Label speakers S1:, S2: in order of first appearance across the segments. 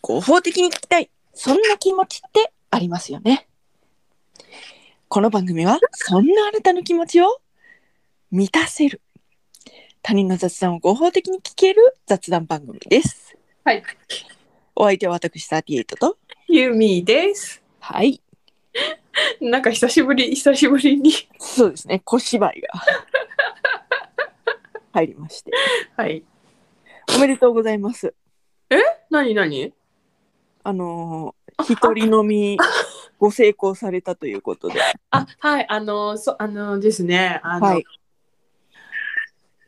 S1: 合法的に聞きたい。そんな気持ちってありますよね。この番組は、そんなあなたの気持ちを満たせる。他人の雑談を合法的に聞ける雑談番組です。
S2: はい。
S1: お相手は私、38と。
S2: ユミです。
S1: はい。
S2: なんか久しぶり、久しぶりに。
S1: そうですね。小芝居が 入りまして。
S2: はい。
S1: おめでとうございます。
S2: なになに
S1: あのー、一人飲 みご成功されたということで。
S2: あ、はい、あの、そあのですね、あの、
S1: はい。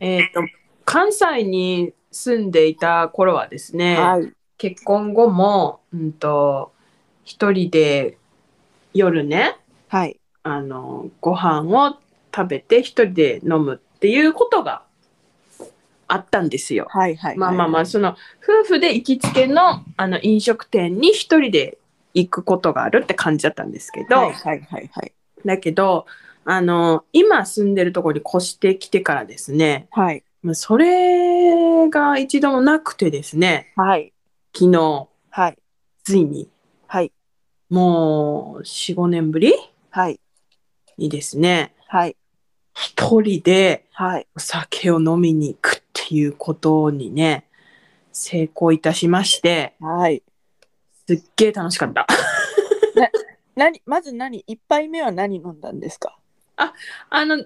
S2: えっ、と、関西に住んでいた頃はですね、
S1: はい。
S2: 結婚後も、うんと、一人で夜ね、
S1: はい。
S2: あの、ご飯を食べて一人で飲むっていうことがあったんですよ。
S1: はい。はい。
S2: まあまあまあ、その夫婦で行きつけのあの飲食店に一人で行くことがあるって感じだったんですけど、
S1: はいはいはいはい。
S2: だけどあの今住んでるところに越してきてからですね
S1: はい。
S2: まあそれが一度もなくてですね
S1: はい。
S2: 昨日
S1: はい。
S2: ついに
S1: はい。
S2: もう45年ぶり
S1: はい。
S2: にですね
S1: はい。
S2: 一人で
S1: はい。
S2: お酒を飲みに行くっていうことにね成功いたしまして
S1: はい。
S2: すっげえ楽しかった。
S1: 何、まず何、一杯目は何飲んだんですか
S2: あの、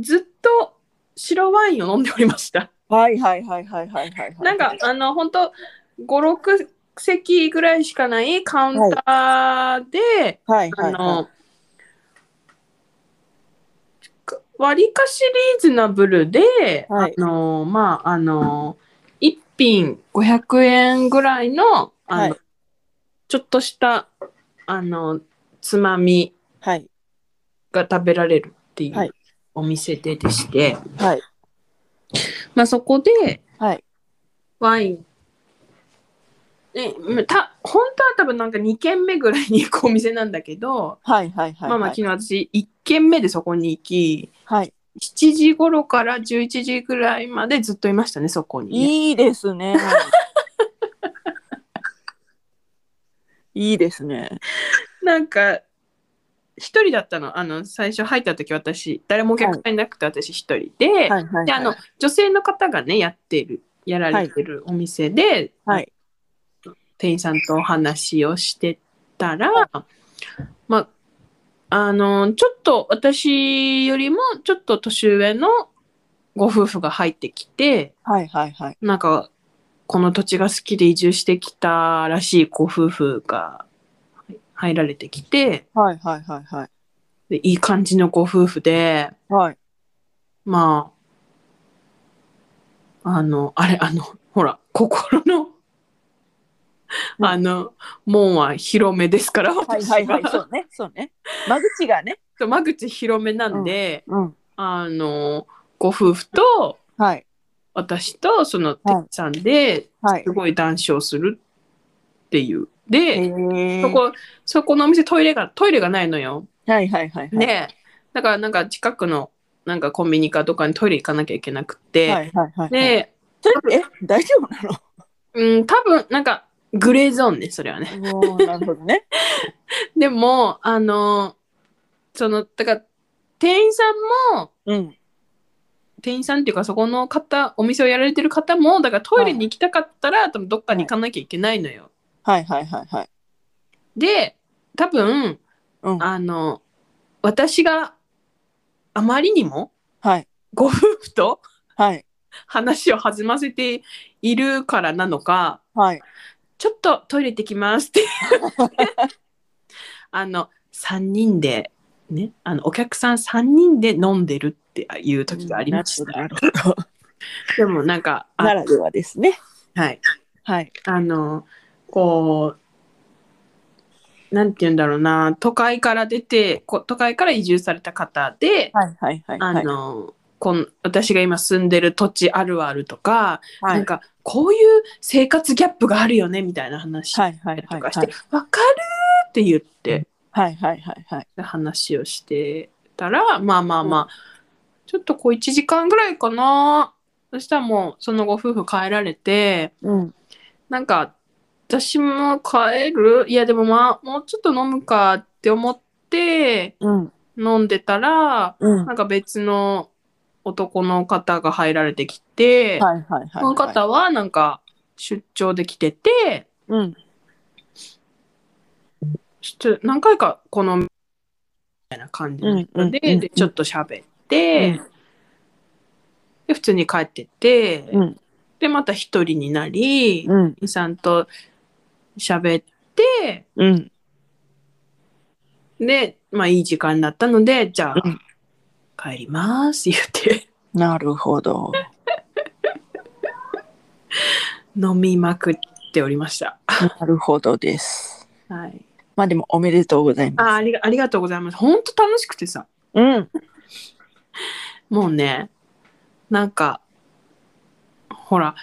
S2: ずっと白ワインを飲んでおりました。
S1: はいはいはいはいはいはい。
S2: なんか、あの、本当五5、6席ぐらいしかないカウンターで、
S1: はいは
S2: あ
S1: い
S2: の、
S1: は
S2: か割かしリーズナブルで、
S1: はい
S2: あの、まあ、あの、一品500円ぐらいの、あの、
S1: はい
S2: ちょっとした、あの、つまみ
S1: い。はい。
S2: が食べられるってい
S1: は
S2: う
S1: い
S2: お店ででして、
S1: はい。
S2: まあ、そこで、
S1: はい。
S2: ワイン。ね、また本当は多分なんか2軒目ぐらいに行くお店なんだけど、
S1: はいはいはい。
S2: まあまあ昨日私1軒目でそこに行き
S1: はい。
S2: 7時頃から11時ぐらいまでずっといましたねそこにね、
S1: いいです ね。いいですね。
S2: なんか一人だったのあの最初入った時私誰もお客さんいなくて私一人で,、
S1: はいはい。
S2: であの、女性の方がねやってるやられてるお店で、
S1: はい。
S2: 店員さんとお話をしてたら、まあ、あの、ちょっと私よりもちょっと年上のご夫婦が入ってきて、
S1: はいはいはい。
S2: なんか、この土地が好きで移住してきたらしいご夫婦が入られてきて、
S1: はいはいはいはい。
S2: でいい感じのご夫婦で、
S1: はい。
S2: まあ、あの、あれ、あの、ほら、心の、
S1: うん
S2: あの、門は広めですから、
S1: はい
S2: 私
S1: はいはい。
S2: は
S1: そうね。そうね。間口がね。
S2: 間口広めなんで、
S1: うん。
S2: あの、ご夫婦と、
S1: はい。
S2: 私と、その、て
S1: はい
S2: っちゃんで、
S1: はい
S2: す。ごい談笑するっていう。
S1: へ
S2: で、
S1: ー
S2: そこ、そこのお店、トイレが、トイレがないのよ。
S1: はいはいはいはい。
S2: で、だから、なんか、近くの、なんか、コンビニかどっかにトイレ行かなきゃいけなくて、
S1: はいはいはい。
S2: で、
S1: それえ、大丈夫なの
S2: うん、多分なんかグレーゾーンねそれ はね。
S1: もうなるほどね。
S2: でもあのそのだから店員さんも
S1: うん。
S2: 店員さんっていうかそこの方お店をやられてる方もだからトイレに行きたかったら、多分どっかに行かなきゃいけないのよ。
S1: はいはいはいはい。
S2: で多分
S1: うん。
S2: あの私があまりにも
S1: はい
S2: ご夫婦と
S1: はい
S2: 話を弾ませているからなのか
S1: はい。
S2: ちょっとトイレ行ってきますって 言ってあの3人でねあのお客さん3人で飲んでるっていう時がありました、
S1: なるほどなるほ
S2: でもなんか
S1: ど
S2: あ
S1: ならではですね。
S2: はい
S1: はい。
S2: あのこうなんて言うんだろうな都会から出てこ都会から移住された方で、
S1: はいはいはいは
S2: あ
S1: い。
S2: のこん私が今住んでる土地あるあるとか、
S1: は
S2: なん
S1: い
S2: かこういう生活ギャップがあるよねみたいな話
S1: はいはいは
S2: と
S1: い
S2: かし
S1: は
S2: て
S1: い。
S2: 「わかる!」って言って
S1: はいはいはいはい。
S2: 話をしてたらまあまあまあ、ちょっとこう1時間ぐらいかなそしたらもうそのご夫婦帰られて
S1: うん。
S2: なんか私も帰るいやでもまあもうちょっと飲むかって思って
S1: うん。
S2: 飲んでたら
S1: うん。は
S2: なんか別の男の方が入られてきて、
S1: いはいはい、はい。
S2: その方はなんか出張で来てて
S1: うん。
S2: ちょっと何回かこのみたいな感じの人で,、
S1: うんうんうん
S2: でちょっと喋って、
S1: うん
S2: で普通に帰ってて、
S1: うん。
S2: でまた一人になり、
S1: うん。
S2: 兄さんと喋って
S1: うん。
S2: でまあいい時間になったのでじゃあ、
S1: うん
S2: 帰ります言って
S1: なるほど。
S2: 飲みまくっておりました。
S1: なるほどです。
S2: はい、
S1: まあでもおめでとうござい
S2: あ
S1: ます。
S2: ありがありがとうございます。本当楽しくてさ
S1: うん。
S2: もうねなんかほら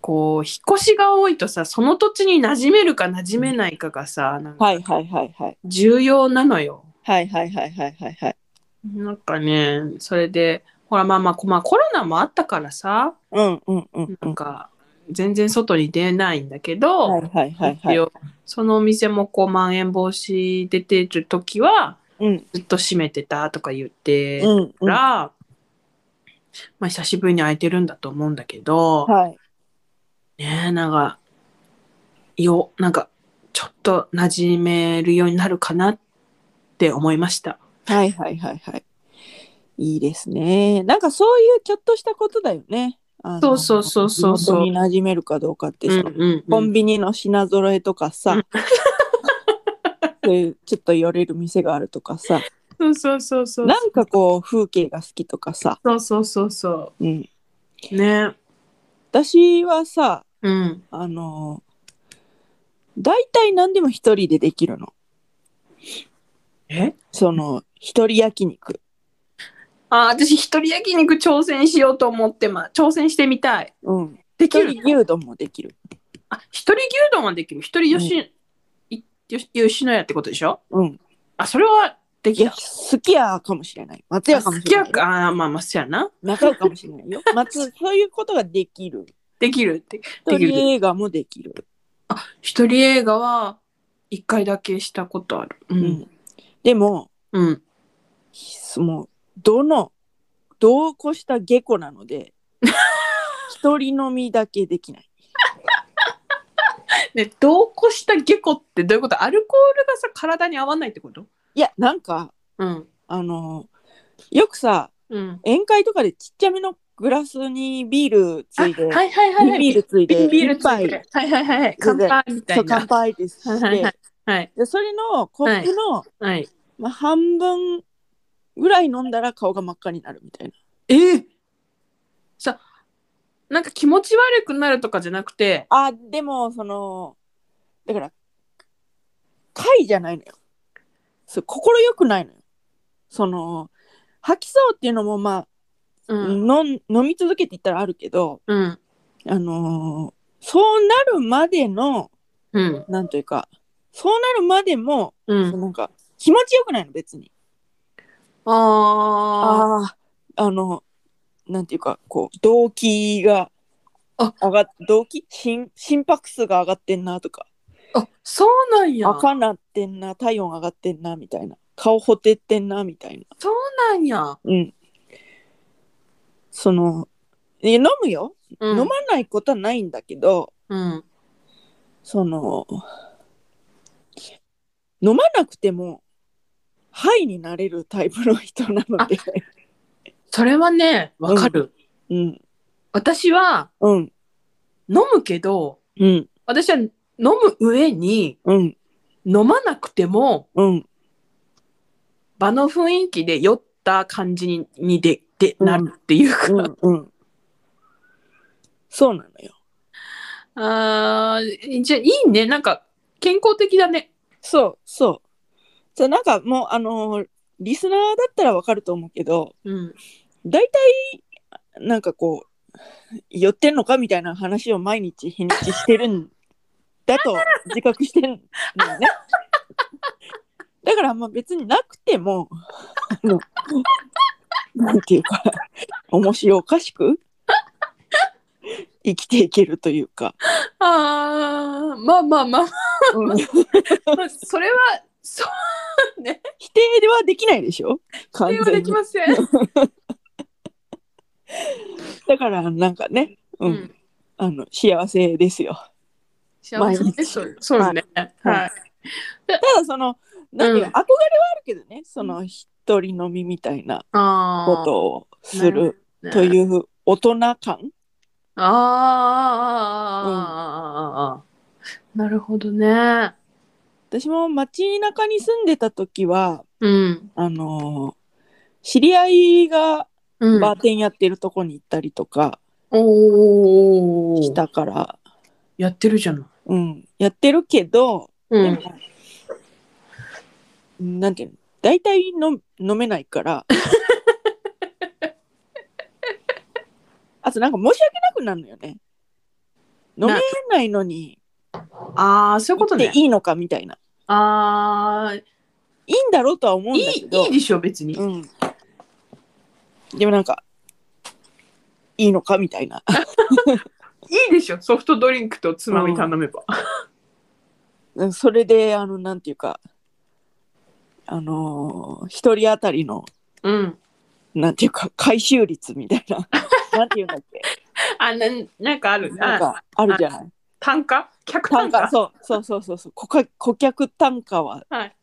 S2: こう引っ越しが多いとさその土地に馴染めるか馴染めないかがさなんか
S1: はいはいはいはい。
S2: 重要なのよ。
S1: はいはいはいはいはいはい。
S2: なんかねそれでほらまあまあこまあコロナもあったからさ
S1: うんうんうんう
S2: なん
S1: ん。
S2: か全然外に出ないんだけど、
S1: はいはいはいはい
S2: 一。応そのお店もこうまん延防止出てる時は
S1: うん
S2: ずっと閉めてたとか言って
S1: うんう
S2: た
S1: ん。
S2: ら
S1: は、
S2: まあ久しぶりに空いてるんだと思うんだけど、
S1: い。
S2: ねえなんかよなんかちょっと馴染めるようになるかなって思いました。
S1: はいはいはいはい。いいですね。なんかそういうちょっとしたことだよね。あの
S2: そうそうそうそうそう
S1: 地元に馴染めるかどうかって、
S2: うん
S1: そうの
S2: んう
S1: コン
S2: ん、
S1: ビニの品揃えとか
S2: う
S1: さ
S2: ん。
S1: そういうちょっと寄れる店があるとかさ。
S2: そうそうそうそう
S1: なんかこう風景が好きとかさ。
S2: そうそうそうそ
S1: うん。
S2: うね
S1: 私はさ、
S2: うん
S1: あの大体何でも一人でできるの
S2: え
S1: その一人焼肉
S2: あー私一人焼肉挑戦しようと思ってます挑戦してみたい
S1: うん
S2: でき
S1: 一
S2: る
S1: 人牛丼もできる
S2: あ一人牛丼はできる一人吉,、いよし吉野家ってことでしょ
S1: うん
S2: あそれはで
S1: い
S2: き
S1: や
S2: た
S1: 好きやかもしれない松屋かもしれない
S2: 好きやあーまあまあそうやな
S1: 仲良かもしれない よ松そういうことができる
S2: できるって
S1: 一
S2: でき
S1: 人
S2: る
S1: 映画もできる、
S2: 一人映画は一回だけしたことあるう
S1: うんでも
S2: うん、
S1: もうどの度を越した下戸なの で一人飲みだけできない
S2: で同行した下戸ってどういうことアルコールがさ体に合わないってこと
S1: いやなんか
S2: うん
S1: あのよくさ
S2: うん
S1: 宴会とかでちっちゃめのグラスにビールついで、
S2: はいはいはいはい
S1: ビールついで、
S2: ビビール
S1: 一
S2: つい
S1: 杯
S2: てはいはいはいはい乾杯みた
S1: そ
S2: いう
S1: 乾
S2: な
S1: 杯ですして、
S2: はいはいはい
S1: でそれのコップの、
S2: はい
S1: まあ、半分ぐらい飲んだら顔が真っ赤になるみたいな。
S2: ええさなんか気持ち悪くなるとかじゃなくて
S1: あでもそのだから快じゃないのよ。そう心よくないのよ。その吐きそうっていうのもま
S2: う
S1: あ、
S2: ん
S1: のん飲み続けていったらあるけど、
S2: うん
S1: あのーそうなるまでの
S2: うん
S1: なんというかそうなるまでも
S2: うん
S1: なんか気持ちよくないの別に。
S2: あー
S1: ああーあのなんていうかこう動機が上
S2: あ
S1: がっ動機心心拍数が上がってんなとか
S2: あそうなんや
S1: 赤なってんな体温上がってんなみたいな顔ほてってんなみたいな
S2: そうなんや、
S1: うんそのいや飲むよ、
S2: うん、
S1: 飲まないことはないんだけど
S2: うん
S1: その飲まなくてもハイになれるタイプの人なので
S2: それはねわかる、
S1: うん
S2: 私は
S1: うん
S2: 飲むけど
S1: うん
S2: 私は飲む上に
S1: うん
S2: 飲まなくても
S1: うん
S2: 場の雰囲気で酔った感じににででなるっていうか、
S1: うんうん。そうなのよ。
S2: あーじゃあいいねなんか健康的だね
S1: そうそう。じゃあなんかもうあのーリスナーだったらわかると思うけど、
S2: うん
S1: 大体なんかこう寄ってんのかみたいな話を毎日日にちしてるんだと自覚してるのよ ね。だからまあ別になくても、あのなんていうか面白おかしく生きていけるというか、
S2: あーまあまあまあ、
S1: うん
S2: まあ、 それはそう
S1: 否定ではできないでしょ完
S2: では
S1: 全
S2: でき
S1: に
S2: ません。
S1: だからなんかね、うん
S2: うん
S1: あの幸せですよ
S2: 幸せです。そうそうね。はい。
S1: ただその何、
S2: うん
S1: 憧れはあるけどねその一人飲みみたいな
S2: あ
S1: こ
S2: ー
S1: とをすると
S2: う。
S1: いう大人感
S2: あーあーあーあーあーあーあーなるほどね。
S1: 私も街中に住んでた時は
S2: うん。
S1: あの知り合いが
S2: うん、
S1: バーテンやってるとこに行ったりとか
S2: お
S1: し
S2: ー
S1: たから、
S2: やってるじゃない。
S1: うん、やってるけど、
S2: う
S1: で
S2: ん。
S1: もなんていうの大体の飲めないから あとなんか申し訳なくなるのよね飲めないのに
S2: ああ、そういうこ
S1: 行
S2: と
S1: って
S2: ね。
S1: いいのかみたいな、
S2: ああ、い
S1: いいんだろうとは思うんだ
S2: い、
S1: けど
S2: いいでしょ、別に。
S1: うん、でもなんかいいのかみたいない
S2: いでしょ、ソフトドリンクとつまみ頼めば。
S1: うん それであのなんていうかあのー一人当たりの
S2: うん。
S1: なんていうか回収率みたい ななんていうんだっけ
S2: あ、なん、なんかある。
S1: なん
S2: あ
S1: かあるじゃない
S2: 単価客
S1: 単
S2: 単価
S1: 価そうそうそうそうそう顧客顧客単価は
S2: はい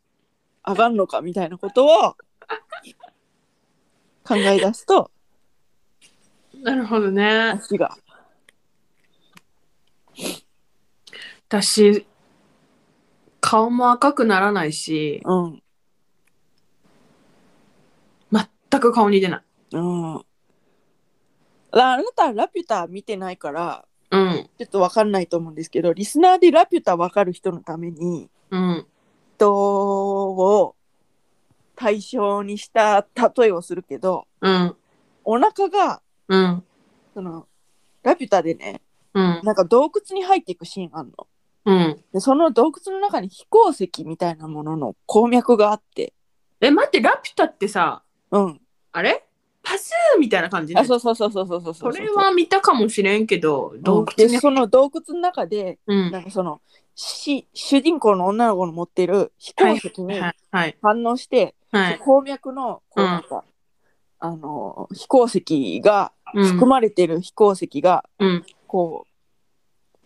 S1: 上がるのかみたいなことを考え出すと
S2: なるほどね。
S1: 足が
S2: 私、顔も赤くならないし、
S1: うん
S2: 全く顔に出ない。
S1: うんああなたラピュタ見てないから
S2: うん。
S1: ちょっとわかんないと思うんですけどリスナーでラピュタわかる人のために
S2: うん。
S1: 人を対象にした例えをするけど
S2: うん。
S1: お腹が
S2: うん。
S1: そのラピュタでね
S2: うん。
S1: なんか洞窟に入っていくシーンあんの。
S2: うん。
S1: でその洞窟の中に飛行石みたいなものの鉱脈があって、
S2: え、待って、ラピュタってさ、
S1: うん、
S2: あれパスーみたいな感じ
S1: あそうそうそうそうそうそう
S2: そうれは見たかもしれんけど、洞
S1: う
S2: 窟
S1: ん
S2: に
S1: で。その洞窟の中で
S2: うん。
S1: なんかそのし主人公の女の子の持ってる飛行石に
S2: はい。はい。
S1: 反応して、
S2: はい。
S1: 鉱脈のこう
S2: うん
S1: なんか、あの飛行石が
S2: うん
S1: 含まれてる飛行石が
S2: うん。
S1: こう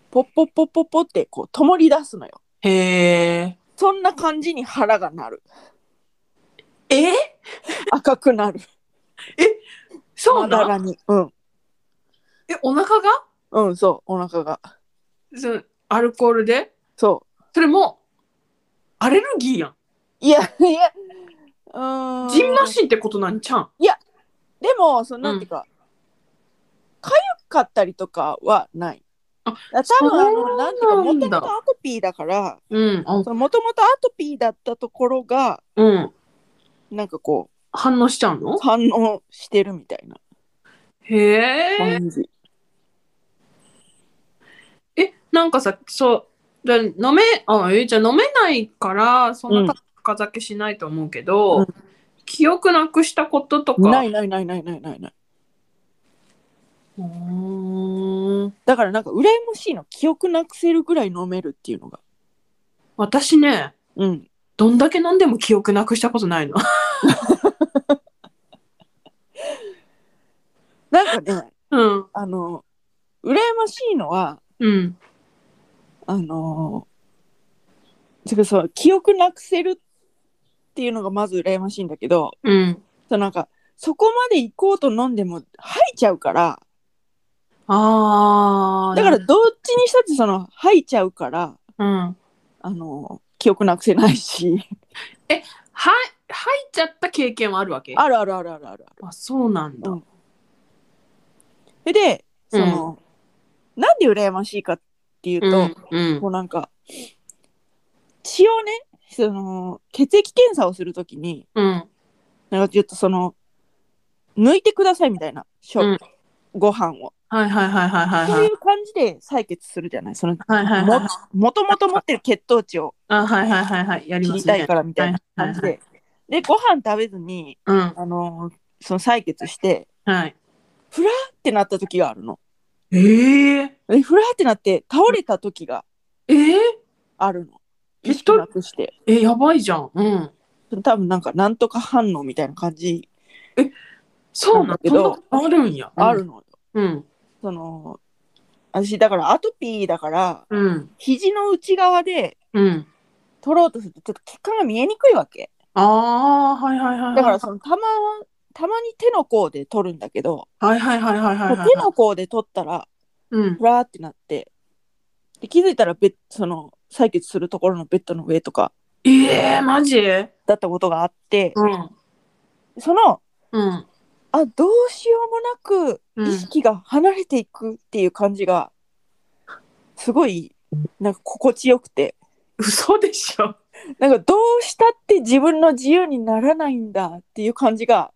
S1: ポッポッポッポッポってこう灯り出すのよ
S2: へえ。
S1: そんな感じに腹がなる
S2: え
S1: 赤くなる
S2: そう
S1: まだ
S2: なの
S1: らにうん
S2: え、お腹が
S1: うんそうお腹が
S2: そのアルコールで
S1: そう
S2: それもアレルギーやん。
S1: いやいや、うーん。
S2: ジンマシンってことなんちゃうん。
S1: でも、そのなんていうか、痒かったりとかはない。
S2: あ
S1: だ多分あ
S2: そう
S1: の、
S2: な
S1: なんん
S2: だ
S1: ていうか、もともとアトピーだから、
S2: うん。あ
S1: そのもともとアトピーだったところが、
S2: うん。
S1: なんかこ
S2: 反応しちゃうの
S1: う、反応してるみたいな
S2: へえ。
S1: 感じ。
S2: え、なんかさ、そう、だ飲め、あ、えじゃあ飲めないから、そんな高酒しないと思うけど、
S1: うん
S2: 記憶なくしたこととか。
S1: ないないないないないないない。
S2: うーん
S1: だからなんか、羨ましいの。記憶なくせるぐらい飲めるっていうのが。
S2: 私ね、
S1: うん。
S2: どんだけ飲んでも記憶なくしたことない の。
S1: なんかね、
S2: うん。
S1: あの、羨ましいのは、
S2: うん。
S1: あのーてかそう記憶なくせるっていうのがまず羨ましいんだけど
S2: うん。
S1: そうなんかそこまで行こうと飲んでも吐いちゃうから
S2: ああ。
S1: だから、どっちにしたってその吐いちゃうから、
S2: うん。
S1: あのー記憶なくせないし
S2: は入っちゃった経験はあるわけ
S1: あるあるあるあるあるある
S2: あそうなんだ。
S1: うんそれでその、なんで羨ましいかっていうと、
S2: うん
S1: もうなんか血をねその血液検査をするときに、
S2: うん
S1: なんかちょっとその、抜いてくださいみたいな、しょ
S2: うん
S1: ご飯を。
S2: はいはいはいはいはい
S1: そう
S2: はいい。
S1: う感じで採血するじゃないその
S2: はいはいはい
S1: も、もともと持ってる血糖値を
S2: あはいはいはいはいやり
S1: 知
S2: ま
S1: り
S2: す
S1: たい
S2: ね
S1: か。らみたいな感じ
S2: は
S1: で。で、ご飯食べずに、
S2: うん
S1: あのーその採血して、
S2: はい。
S1: ってなった時があるの。
S2: えええ
S1: えふらーってなって倒れた時が
S2: ええ
S1: あるの
S2: え
S1: 意識なくして
S2: えやばいじゃん。うん。
S1: 多分なんかなんとか反応みたいな感じ
S2: そうな
S1: な
S2: んだ
S1: んだけど
S2: あるんや。
S1: ある。のよ、
S2: うん。
S1: その私だからアトピーだから
S2: うん。
S1: 肘の内側で
S2: うん。
S1: 取ろうとするとちょっと血管が見えにくいわけ
S2: ああ、はいはいはいはい。
S1: だからそのたまたまに手の甲で取るんだけど、
S2: はいはいはいはいはいはい。
S1: 手の甲で取ったら
S2: うん
S1: ふ。らーってなってで気づいたらベッその採血するところのベッドの上とか
S2: ええマジう
S1: だったことがあって、
S2: ん。
S1: その
S2: うん。
S1: あどうしようも
S2: う
S1: なく
S2: ん
S1: 意識が離れていくっていう感じがすごいなんか心地よくて
S2: 嘘でしょ。
S1: なんかどうしたって自分の自由にならないんだっていう感じが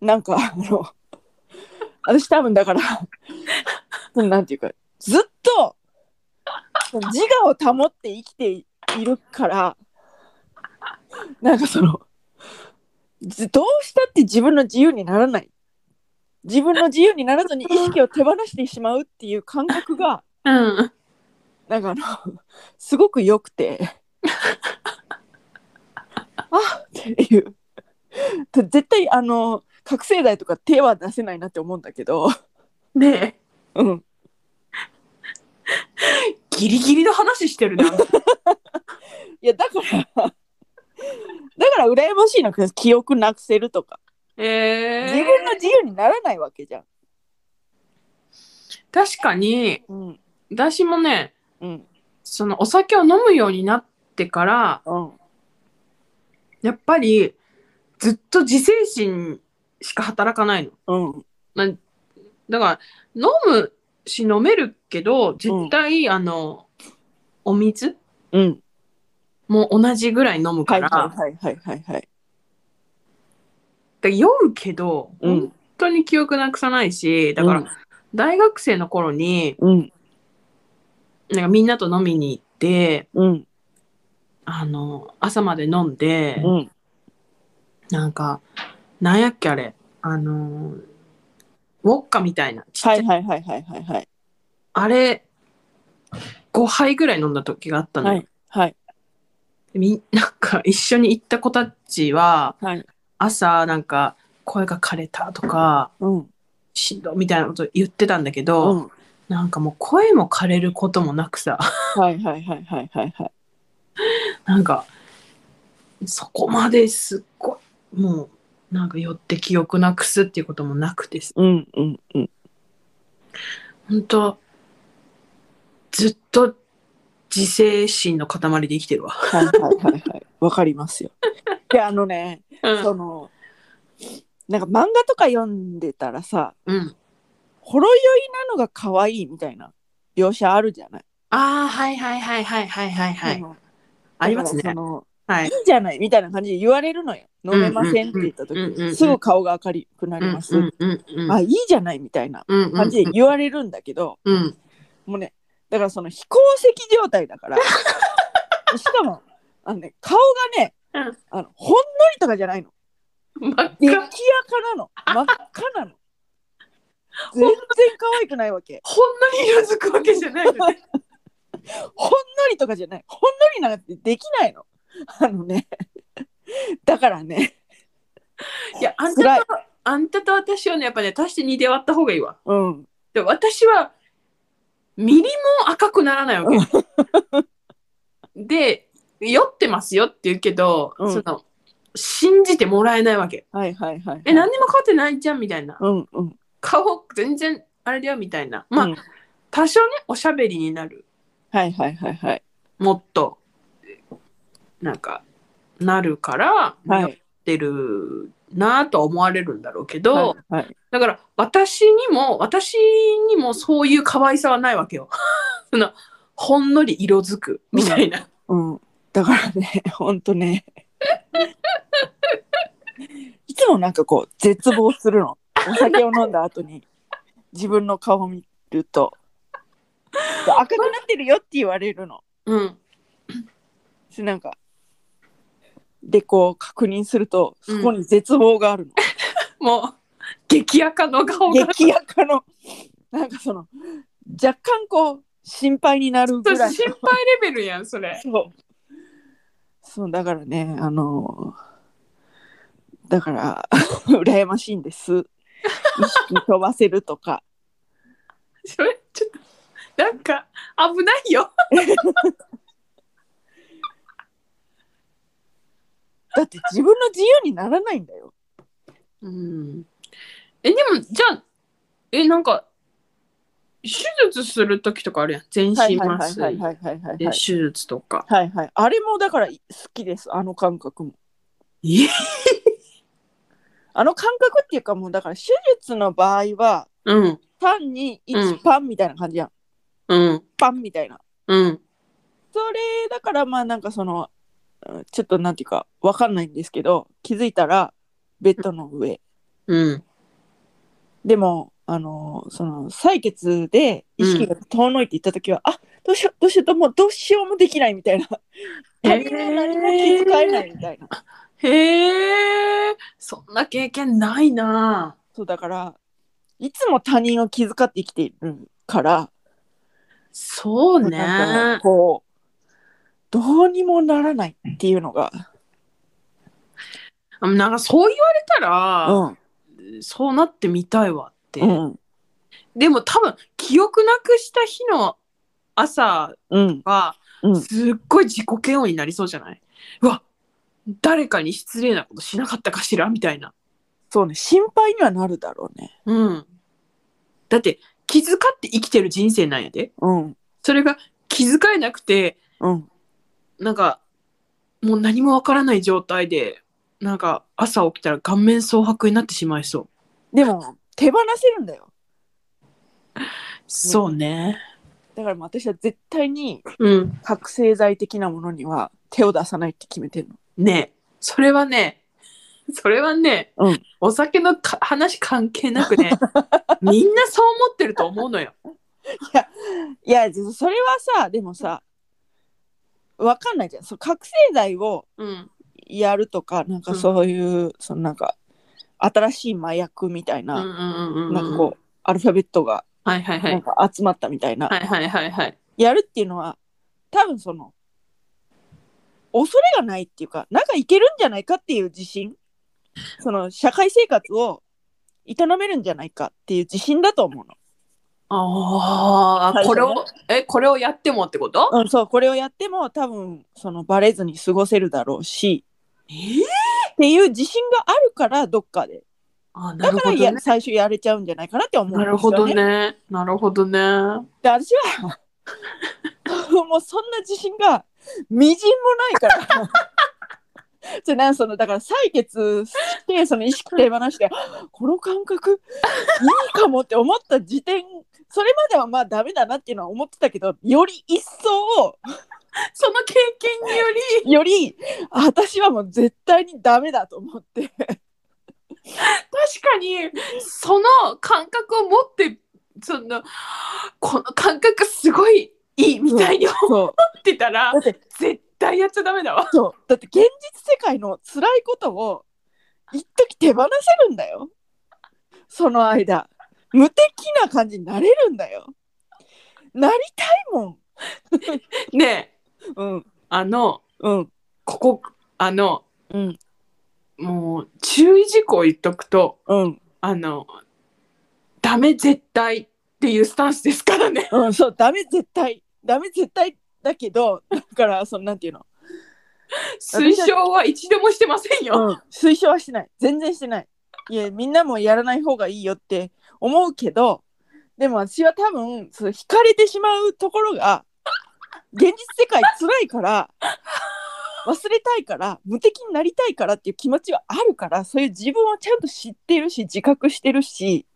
S1: なんかあの私多分だからなんていうかずっと自我を保って生きているからなんかそのずどうしたって自分の自由にならない自分の自由にならずに意識を手放してしまうっていう感覚が
S2: うん。
S1: なんかあの、すごく良くて。 あっていう。と絶対あの覚醒剤とか手は出せないなって思うんだけど、
S2: ね
S1: うん、
S2: え、ギリギリの話してるな。
S1: いやだから だから羨ましいな記憶なくせるとか
S2: え
S1: 自
S2: え
S1: 分の自由にならないわけじゃん。
S2: 確かに、
S1: うん
S2: 私もね、
S1: うん
S2: そのお酒を飲むようになってから、
S1: うん
S2: やっぱり、ずっと自制心しか働かないの。
S1: うん
S2: まあ、だから飲むし飲めるけど絶対、あのお水
S1: うん
S2: も同じぐらい飲む
S1: は
S2: か
S1: い
S2: ら,、
S1: はいはいはいはい。
S2: 酔うけど、
S1: うん
S2: 本当に記憶なくさないしだから、大学生の頃に
S1: うん
S2: なんかみんなと飲みに行って
S1: うん
S2: あの朝まで飲んで、
S1: うん
S2: なんかなんやっけあれあのウォッカみたいなちっちゃ
S1: はいいはいはいはいはいはい
S2: あれ5杯ぐらい飲んだ時があったのよ、
S1: はいはい
S2: みなんか一緒に行った子たちは
S1: はい
S2: 朝なんか声が枯れたとか
S1: うん
S2: しんどみたいなこと言ってたんだけ
S1: う
S2: ど、
S1: ん
S2: なんかもう声も枯れることもなくさ
S1: はいはいはいはいはいはい。
S2: なんかそこまですっごいもうなんか寄って記憶なくすっていうこともなくてさ
S1: うんうんうん
S2: 本当ずっと自制心の塊で生きてるわ。
S1: はいはいはいはいわかりますよ。であのね、そのなんか漫画とか読んでたらさ
S2: うん、
S1: ほろ酔いなのが可愛いみたいな描写あるじゃない。
S2: ああはいはいはいはいはいはいは
S1: そ
S2: い
S1: の
S2: あります
S1: だ
S2: ね
S1: からそ。の
S2: はいい
S1: いじゃないみたいな感じで言われるのよ。飲めませんって言った時
S2: うんうんうんうんうん
S1: にすぐ顔が明るくなります。
S2: うんうんうん
S1: あいいじゃないみたいな
S2: うん
S1: 感じで言われるんだけど
S2: うん
S1: もうねだからその非公式状態だから しかもあの、ね、顔がね
S2: うん
S1: あのほんのりとかじゃないの。
S2: 真っ
S1: 激
S2: 赤
S1: 赤なの真っ赤なの全然可愛くないわけ
S2: ほんのり色づくわけじゃないのね。
S1: ほんのりとかじゃないほんのりなんてできないのあのねだからね
S2: いや、あん
S1: 辛
S2: た
S1: い
S2: と、あんたと私はね、やっぱね、足して2で割った方がいいわ。
S1: うん
S2: で私は、ミリも赤くならないわけ。で、酔ってますよって言うけど、
S1: うん
S2: その、信じてもらえないわけ。
S1: はいはいはい、はい、
S2: え、何にも変わってないじゃんみたいな。
S1: うんうん
S2: 顔、全然、あれだよみたいな。まあ、
S1: うん
S2: 多少ね、おしゃべりになる。
S1: はいはいはいはい
S2: もっと、なんか、なるから、
S1: はい
S2: 酔ってるなぁとは思われるんだろうけど、
S1: はいはい
S2: だから私にも私にもそういう可愛さはないわけよ。 そのほんのり色づくみたいな。
S1: うんだからね ほんとねいつもなんかこう絶望するのお酒を飲んだ後に自分の顔を見ると赤くなってるよって言われるの
S2: うん。
S1: でなんかでこう確認すると
S2: うん
S1: そこに絶望があるの、
S2: もう激赤の顔が。
S1: 激赤のなんかその若干こう心配になるぐらいの
S2: 心配レベルやんそれ
S1: そう。そう、だからね、あの、だから、 羨ましいんです。意識飛ばせるとか。
S2: それちょっとなんか危ないよ
S1: だって自分の自由にならないんだよ。
S2: うんえでもじゃあえなんか手術する時とかあるやん全身麻酔
S1: はいはいはいはい
S2: で
S1: は
S2: 手
S1: い。
S2: 術とか、
S1: はいはい。あれもだから好きです、あの感覚も。
S2: え
S1: あの感覚っていうかもうだから手術の場合は
S2: うん
S1: 単に
S2: うん
S1: 1パンみたいな感じやん。
S2: うん
S1: パンみたいな。
S2: うん
S1: それだからまあなんかそのうんちょっとなんていうかわかんないんですけど気づいたらベッドの上
S2: うん
S1: でも、あの、その、採血で意識が遠のいていったときは、あどうしよう、どうしよう、どうもうどうしようもできないみたいな。
S2: え
S1: 他
S2: ー
S1: 人は何も気遣えないみたいな。
S2: へえそんな経験ないな
S1: そう、だから、いつも他人を気遣って生きているから、
S2: そうね
S1: なんかこう、どうにもならないっていうのが、
S2: あなんかそう言われたら、
S1: うん、
S2: そうなってみたいわって、
S1: うん、
S2: でも多分記憶なくした日の朝
S1: うん、
S2: は
S1: うん。
S2: すっごい自己嫌悪になりそうじゃないうわ誰かに失礼なことしなかったかしらみたいな。
S1: そうね、心配にはなるだろうね。
S2: うん。だって気遣って生きてる人生なんやで。
S1: うん、
S2: それが気遣えなくて
S1: うん、
S2: なんかもう何もわからない状態でなんか朝起きたら顔面蒼白になってしまいそう。
S1: でも、手放せるんだよ。
S2: そうね。
S1: だからもう私は絶対に
S2: うん。
S1: 覚醒剤的なものには手を出さないって決めてるの。
S2: ねえそれはね それはね、
S1: うん
S2: お酒のか話関係 なくねみんなそう思ってると思うのよ。
S1: いやそれはさでもさわかんないじゃんそう覚醒剤を
S2: うん。
S1: やるとかなんかそういう、そのなんか新しい麻薬みたい
S2: うんう
S1: な、
S2: んうんうん。
S1: なんかこうアルファベットが
S2: はいはいは
S1: なん
S2: い。
S1: か集まったみたいな、
S2: はいはいはいはい。
S1: やるっていうのは多分その恐れがないっていうかなんかいけるんじゃないかっていう自信その社会生活を営めるんじゃないかっていう自信だと思うの。
S2: ああ、
S1: 最初ね
S2: これを、え、これをやってもってこと
S1: うん、そうこれをやっても多分そのバレずに過ごせるだろうし
S2: えー、
S1: っていう自信があるからどっかで
S2: あな
S1: だ
S2: る
S1: か
S2: ほ
S1: ら
S2: ど
S1: や、
S2: ね。
S1: 最初やれちゃうんじゃないかなって思うん
S2: な
S1: ですよ、ね。
S2: るほどね。なるほどね。
S1: で私は もうそんな自信がみじんもないから。 じゃあなんそのだから採血してその意識手放して この感覚いいかもって思った時点それまではまあダメだなっていうのは思ってたけどより一層
S2: その経験によ り、
S1: より私はもう絶対にダメだと思って
S2: 確かに、その感覚を持って、その、この感覚すごい いいみたいに思
S1: そう
S2: ってたら
S1: だ、って
S2: 絶対やっちゃダメだわ。
S1: そうだって現実世界の辛いことを一時手放せるんだよその間無敵な感じになれるんだよなりたいも
S2: ねえ、
S1: ん
S2: あの、
S1: うんうん
S2: ここ、あの、
S1: うん
S2: もう、注意事項言っとくと、
S1: うん、
S2: あの、ダメ絶対っていうスタンスですからね。
S1: うん、そうダメ絶対ダメ絶対だけどだからそのなんていうの、
S2: 推奨は一度もしてませんよ。
S1: うん、推奨はしてない全然してないいやみんなもやらない方がいいよって思うけどでも私は多分そう惹かれてしまうところが現実世界辛いから忘れたいから無敵になりたいからっていう気持ちはあるからそういう自分をちゃんと知ってるし自覚してるし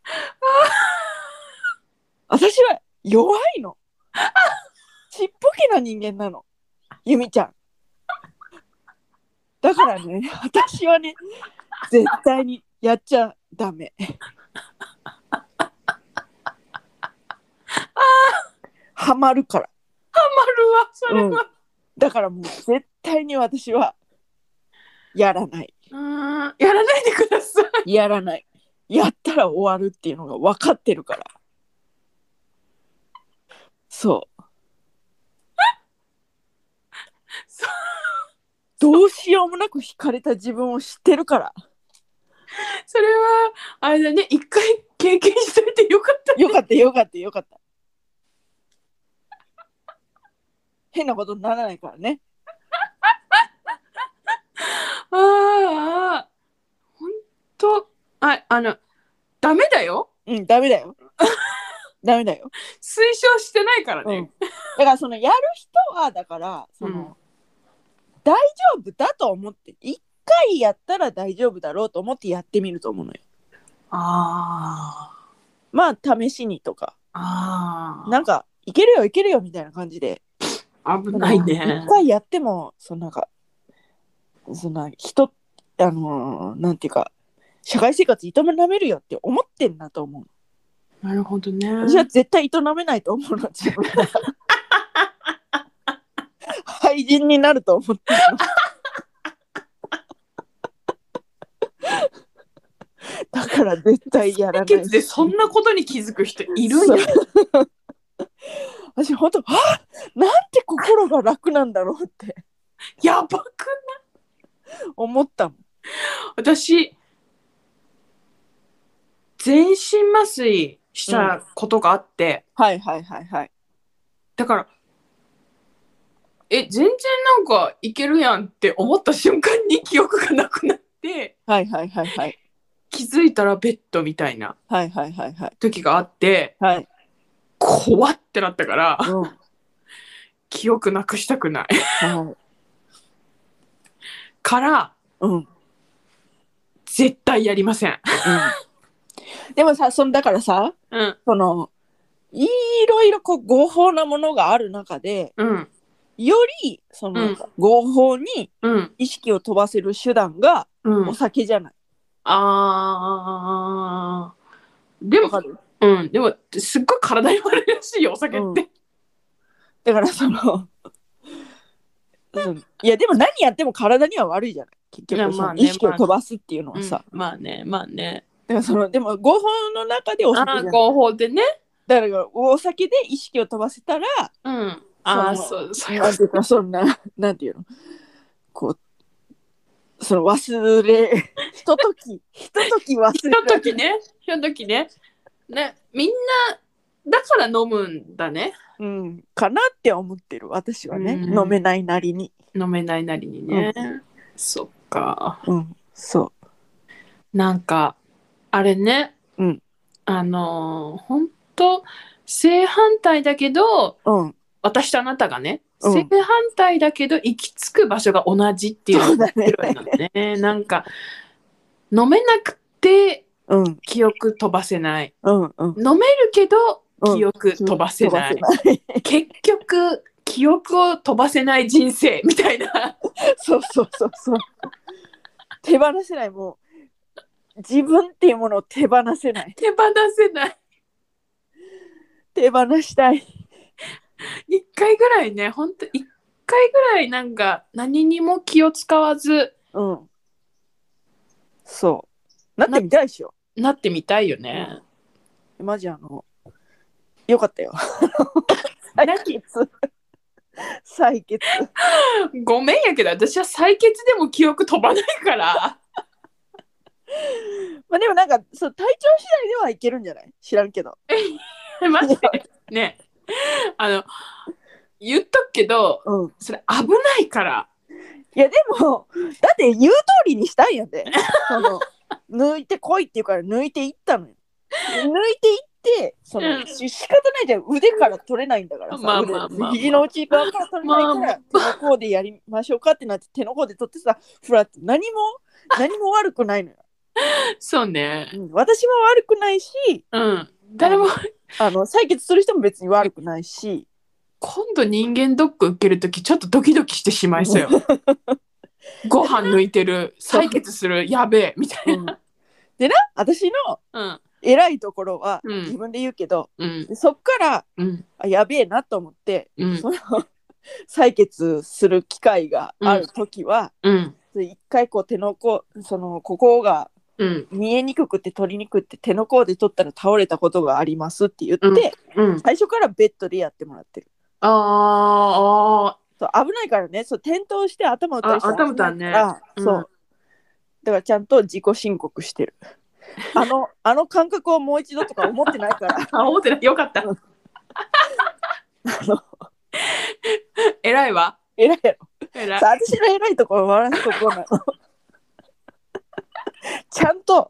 S1: 私は弱いのちっぽけな人間なのゆみちゃんだからね私はね絶対にやっちゃダメハマるから
S2: 困るわ、それ
S1: うん
S2: は。
S1: だからもう絶対に私はやらない。
S2: うん、やらないでください。
S1: やらない。やったら終わるっていうのが分かってるから。そう。どうしようもなく惹かれた自分を知ってるから。
S2: それはあれだね一回経験しといてよかった
S1: よかったよかったよかった。変なことにならないからね。
S2: ああ本当ああのダメだよ
S1: うん、ダメだ よ。ダメだよ。
S2: 推奨してないから
S1: う
S2: ね、
S1: ん。だからそのやる人はだからその、
S2: うん
S1: 大丈夫だと思って一回やったら大丈夫だろうと思ってやってみると思うのよ。
S2: あ
S1: まあ試しにとか
S2: ああ
S1: なんかいけるよいけるよみたいな感じで
S2: あ危ないね
S1: 一回やってもそのなんかその人あのーなんていうか社会生活営めるよって思ってんだと思う。
S2: なるほどね
S1: 私は絶対営めないと思うの自分が廃人になると思ってるのだから絶対やら
S2: 清
S1: ない
S2: 潔でそんなことに気づく人いるんや
S1: そう私本当はあなんて心が楽なんだろうって
S2: やばく
S1: 思ったもん
S2: 私全身麻酔したことがあって、
S1: はいはいはいはい
S2: だからえ全然なんかいけるやんって思った瞬間に記憶がなくなって
S1: はいはいはいはい
S2: 気づいたらベッドみたいな
S1: はいはいはいはい
S2: 時があって
S1: はい、
S2: 怖ってなったから
S1: うんは
S2: 記憶なくしたくない
S1: い
S2: から
S1: うん
S2: 絶対やりません。
S1: うん、でもさそのだからさ
S2: うん
S1: そのいろいろこう合法なものがある中で
S2: うん
S1: よりその、
S2: うん
S1: 合法に
S2: うん
S1: 意識を飛ばせる手段が
S2: うん
S1: お酒じゃない。
S2: あーで
S1: わ、
S2: も
S1: かる
S2: うん、でもすっごい体に悪いらしいよお酒って、
S1: うんだからそのそのいやでも何やっても体には悪いじゃない結
S2: いや
S1: 局そ
S2: まあ
S1: の
S2: ね
S1: 意識を飛ばすっていうのはさ、
S2: うんまあねまあね
S1: だからそのでも合法の中でお酒じ
S2: あ
S1: ゃ
S2: ー
S1: ない
S2: 合法でね
S1: だからお酒で意識を飛ばせたら
S2: うんあー
S1: そ
S2: そうそういうこ
S1: なんていうかそんな なんていうのこうその忘れひとと きひととき忘
S2: とひ
S1: れ
S2: とときねひとときねねみんなだから飲むんだね
S1: うん、かなって思ってる私はね、
S2: うん
S1: 飲めないなりに、
S2: 飲めないなりにね、そっか
S1: うん、そ
S2: なんかあれね、
S1: うん
S2: あのー本当正反対だけど
S1: う、うん、
S2: 私とあなたがね、
S1: うん
S2: 正反対だけど行き着く場所が同じっていうのが面白いのね なんか飲めなくて
S1: うん、
S2: 記憶飛ばせない
S1: うん、うん、
S2: 飲めるけど
S1: うん
S2: 記憶飛ばせない,、
S1: 飛ばせない。
S2: 結局記憶を飛ばせない人生みたい な
S1: そうそうそうそう。手放せないもう自分っていうものを手放せない。
S2: 手放せない
S1: 手放したい。
S2: 一回ぐらいね本当一回ぐらいなんか何にも気を使わず
S1: うん。そう。なってみたいでしょ。
S2: なってみたいよね。
S1: マジあのよか ったよ。採血。採血。
S2: ごめんやけど私は採血でも記憶飛ばないから。
S1: まあでもなんかそう体調次第ではいけるんじゃない？知らんけど。
S2: マジでねあの言っとくけど
S1: うん。
S2: それ危ないから
S1: いやでもだって言う通りにしたんやでその 抜いてこいって言うから抜いていったのよ抜いていってその、
S2: うん
S1: し仕方ないじゃん腕から取れないんだからさ、
S2: まあまあまあまあ
S1: 腕肘の内側から取れないから、
S2: まあ
S1: 手の甲でやりましょうかってなって手の甲で取ってさフラッと何も何も悪くないのよ、
S2: そうね
S1: うん私も悪くないし
S2: うん誰も
S1: あの採血する人も別に悪くない し
S2: 今度人間ドック受ける時ちょっとドキドキしてしまいそうよご飯抜いてる採血するやべえみたい
S1: うんでな私の
S2: な
S1: 偉いところは
S2: うん
S1: 自分で言うけど、
S2: うん
S1: そっから
S2: うんうん
S1: あやべえなと思って
S2: うん
S1: その採血する機会がある時は、
S2: うん
S1: 一回こう手の甲そのここが
S2: うん
S1: 見えにくくて取りにくくて手の甲で取ったら倒れたことがありますって言って、
S2: うんうん
S1: 最初からベッドでやってもらってる
S2: あーあ
S1: そう危ないからねそう転倒して頭打ったりしたら
S2: あ頭打ったね
S1: 危ないから
S2: うん
S1: そうだからちゃんと自己申告してるあのあの感覚をもう一度とか思ってないから
S2: ーあ思ってないよかった
S1: うん の
S2: 偉いわ
S1: 偉いやろ
S2: 偉い
S1: さ私の偉いところ笑うところなの ちゃんと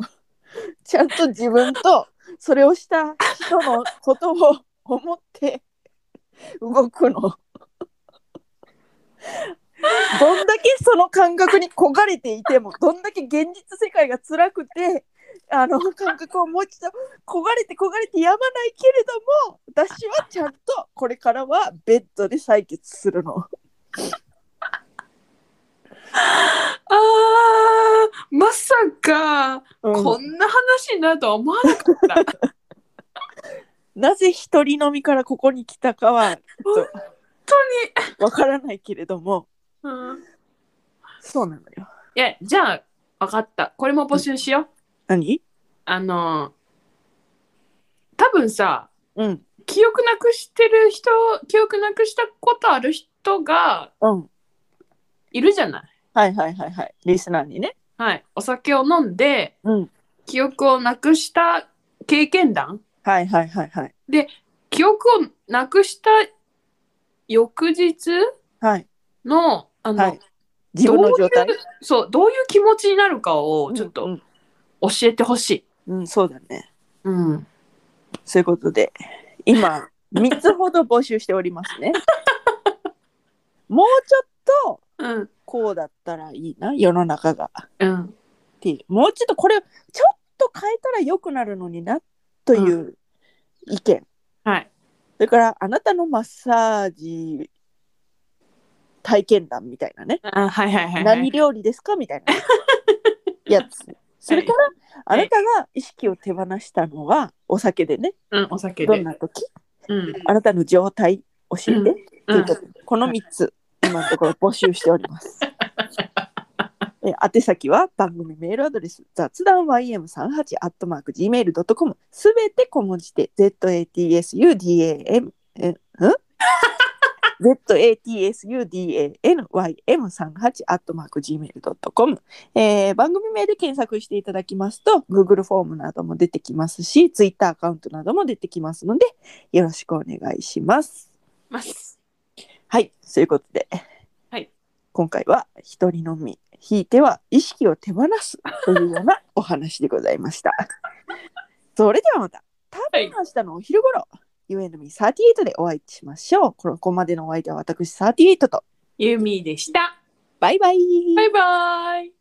S1: ちゃんと自分とそれをした人のことを思って動くのどんだけその感覚に焦がれていてもどんだけ現実世界が辛くてあの感覚をもう一度焦がれて焦がれてやまないけれども私はちゃんとこれからはベッドで採血するの
S2: あーまさか、
S1: うん
S2: こんな話になるとは思わなかった
S1: なぜ一人飲みからここに来たかは
S2: 本
S1: わからないけれども
S2: 当に、うん
S1: そうなのよ
S2: いやじゃあ分かったこれも募集しよう、
S1: 何
S2: あの多分さ
S1: うん
S2: 記憶なくしてる人記憶なくしたことある人が
S1: うん
S2: いるじゃない
S1: はいはいはいはいリスナーにね
S2: はいお酒を飲んで
S1: うん
S2: 記憶をなくした経験談
S1: はいはいはいはい
S2: 記憶をなくした翌日
S1: はい
S2: のあの、
S1: はい自分の状態
S2: どういうそうどういう気持ちになるかをちょっ
S1: う
S2: と
S1: ん
S2: 教えてほしい、
S1: うんうんそうだね
S2: うん、
S1: そういうことで今3つほど募集しております ねもうちょっと
S2: うん、
S1: こうだったらいいな世の中がっ
S2: うん、
S1: ていうもうちょっとこれをちょっと変えたら良くなるのになという意見、
S2: はい、
S1: それからあなたのマッサージ体験談みたいなね、
S2: あ、はいはいはい、はい、
S1: 何料理ですかみた いなやつそれから、あなたが意識を手放したのはお酒でね
S2: うん、お酒
S1: どん
S2: で、
S1: な時
S2: うん、
S1: あなたの状態教えて、
S2: うん
S1: って
S2: う
S1: いうんこ、とでこの3つ今のところ募集しておりますえ宛先は番組メールアドレス雑談 ym38-gmail.com すべて小文字で zatsudanym えん zatsudanym38-gmail.com、えー、番組名で検索していただきますと Google フォームなども出てきますし Twitter アカウントなども出てきますのでよろしくお願いします。
S2: ます。
S1: はい、そういうことで、
S2: はい、
S1: 今回は「一人のみ」ひいては意識を手放す というようなお話でございました。それではまた多
S2: はい
S1: 分明日のお昼ごろ、ゆえのみ38でお会いしましょう。ここまでのお相手は私38と
S2: ゆみでした。
S1: バイバイ
S2: バイバイ。